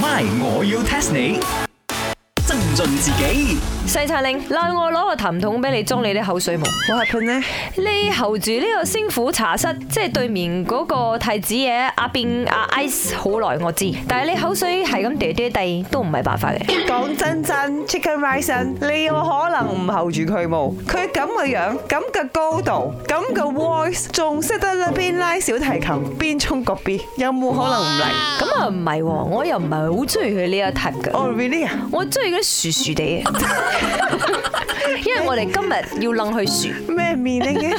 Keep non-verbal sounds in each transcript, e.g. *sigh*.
My，我要 test 你。增進自己西餐令，嗱我攞個痰筒俾你裝你啲口水毛。 What happened 呢？你候住呢個星府茶室，即係對面嗰個太子爺阿變阿 Ice 好耐我知，但係你口水係咁滴滴滴都唔係辦法嘅。講真真，Chicken Rice，你有可能唔候住佢冇？佢咁嘅樣，咁嘅高度，咁嘅 voice，仲識得咧邊拉小提琴邊沖個 B，有冇可能唔嚟 *laughs* 咁啊唔係喎，我又唔係好中意佢呢一 type 嘅。 ？Oh really 啊？我中意嗰啲薯薯地嘅，因為我哋今日要楞去薯，咩面嚟嘅？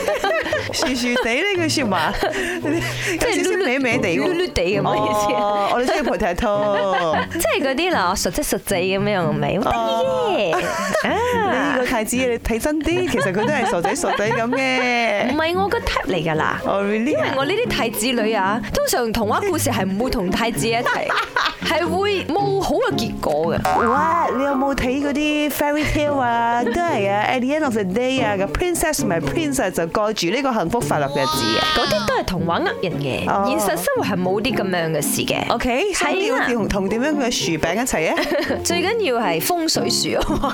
薯薯地呢句説話，即有係少少歪歪地攣喎。攣地咁嘅意思。哦，我哋中意 *laughs* potato。即係嗰啲嗱，實質實際咁樣，咪好得意嘅。呢啊個太子爺你睇真啲，其實佢都係傻仔傻仔咁嘅唔。係我個 type 嚟㗎啦。 Oh really 因為啊？我呢啲太子女啊，通常童話故事係唔會同太子一 *laughs* 齊，係會冇好嘅結果嘅。哇！你有冇睇嗰啲 fairy tale *laughs* 啊？都係啊，at the end of the day 啊，個 princess 同埋 princess 就過住呢個幸福快樂嘅日子啊。嗰啲都係童話呃人嘅，哦現實生活係冇啲咁樣嘅事嘅。 OK，所以係啊啦要同同點樣嘅薯餅一齊啊？ *laughs* 最緊要係風水樹啊 *laughs* 嘛！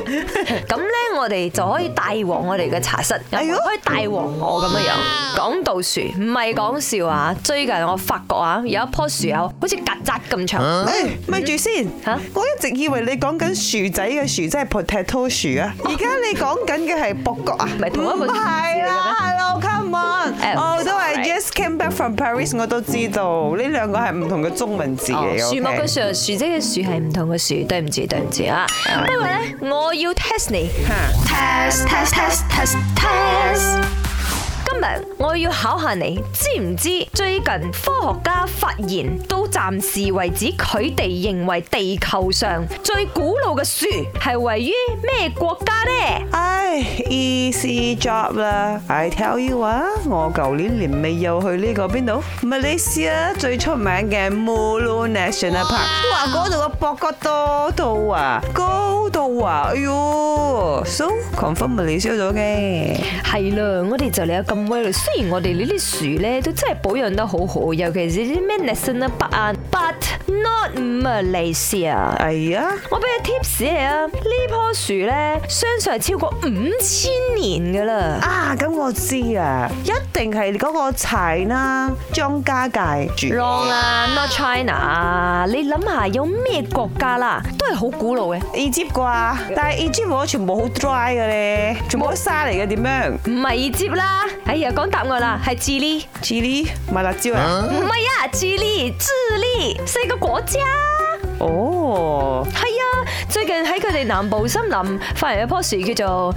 咁咧，我哋就可以大旺我哋嘅茶室，可哎呦以大旺我咁樣樣。講到樹，唔係講笑啊！最近我發覺啊，有一棵樹有好似曱甴咁長，誒，哎咪住先嚇我一直以為你講緊薯仔嘅薯，即係 potato 薯啊。而家你講緊嘅係博角啊？唔係哦同一個唔字嚟嘅咩係啦，Hello，come on，誒我都係 sorry just came back from Paris，我都知道呢兩個係唔同嘅中文字哦嚟嘅。樹木嘅 OK 樹、樹枝嘅樹係唔同嘅樹，對唔住對唔住啊！不過咧，我要 test 你，test test test test test。今日我要考下你，知唔知最近科學家發現，到暫時為止佢哋認為地球上最古老嘅樹係位於咩國家呢？唉，easy job 啦！I tell you à, 啊，我舊年年尾又去呢個邊度，Malaysia 最出名嘅 Mulu National Park，哇！嗰度嘅博覺多到啊，高到啊，哎呦，so à. confirm Malaysia 咗嘅。係啦，我哋就嚟有咁威啦。雖然我哋呢啲樹咧都真係保養得好好，尤其是啲咩 national park 啊，but not Malaysia。哎呀，我俾個 tips 你啊，呢棵樹咧相信係超過五千年噶啦。啊咁我知啦，一定係嗰個柴啦，張家界住。 Wrong 啊，Not China 啊！你諗下有咩國家啦，都係好古老嘅， Egypt 啩，但係 Egypt 我全部好 dry 嘅咧，全部都沙嚟嘅點樣唔係易接啦。哎呀，講答案啦，係智利， ？Chili 賣辣椒啊！唔係啊，智利，智利四個啊國家。哦，係啊，最近喺佢哋南部森林發現一棵樹叫做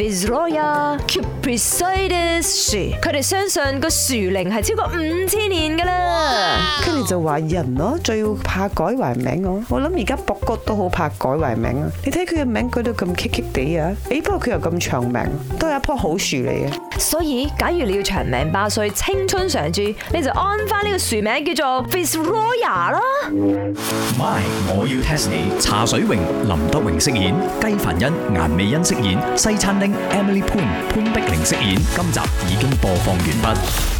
Visroya cupressidis 樹，佢哋相信個樹齡係超過五千年噶啦。跟住就話人咯，最怕改壞名我。我諗而家博哥都好怕改壞名啊！你睇佢嘅名改到咁棘棘地啊！誒，不過佢又咁長命，都係一棵好樹嚟嘅。所以，假如你要長命百歲、青春常駐，你就安翻呢個樹名叫做 Fitzroya 啦。 ，My，我要 test 你。茶水榮、林德榮飾演，雞凡欣、顏美欣飾演，西餐廳 Emily Poon 潘碧玲飾演。今集已經播放完畢。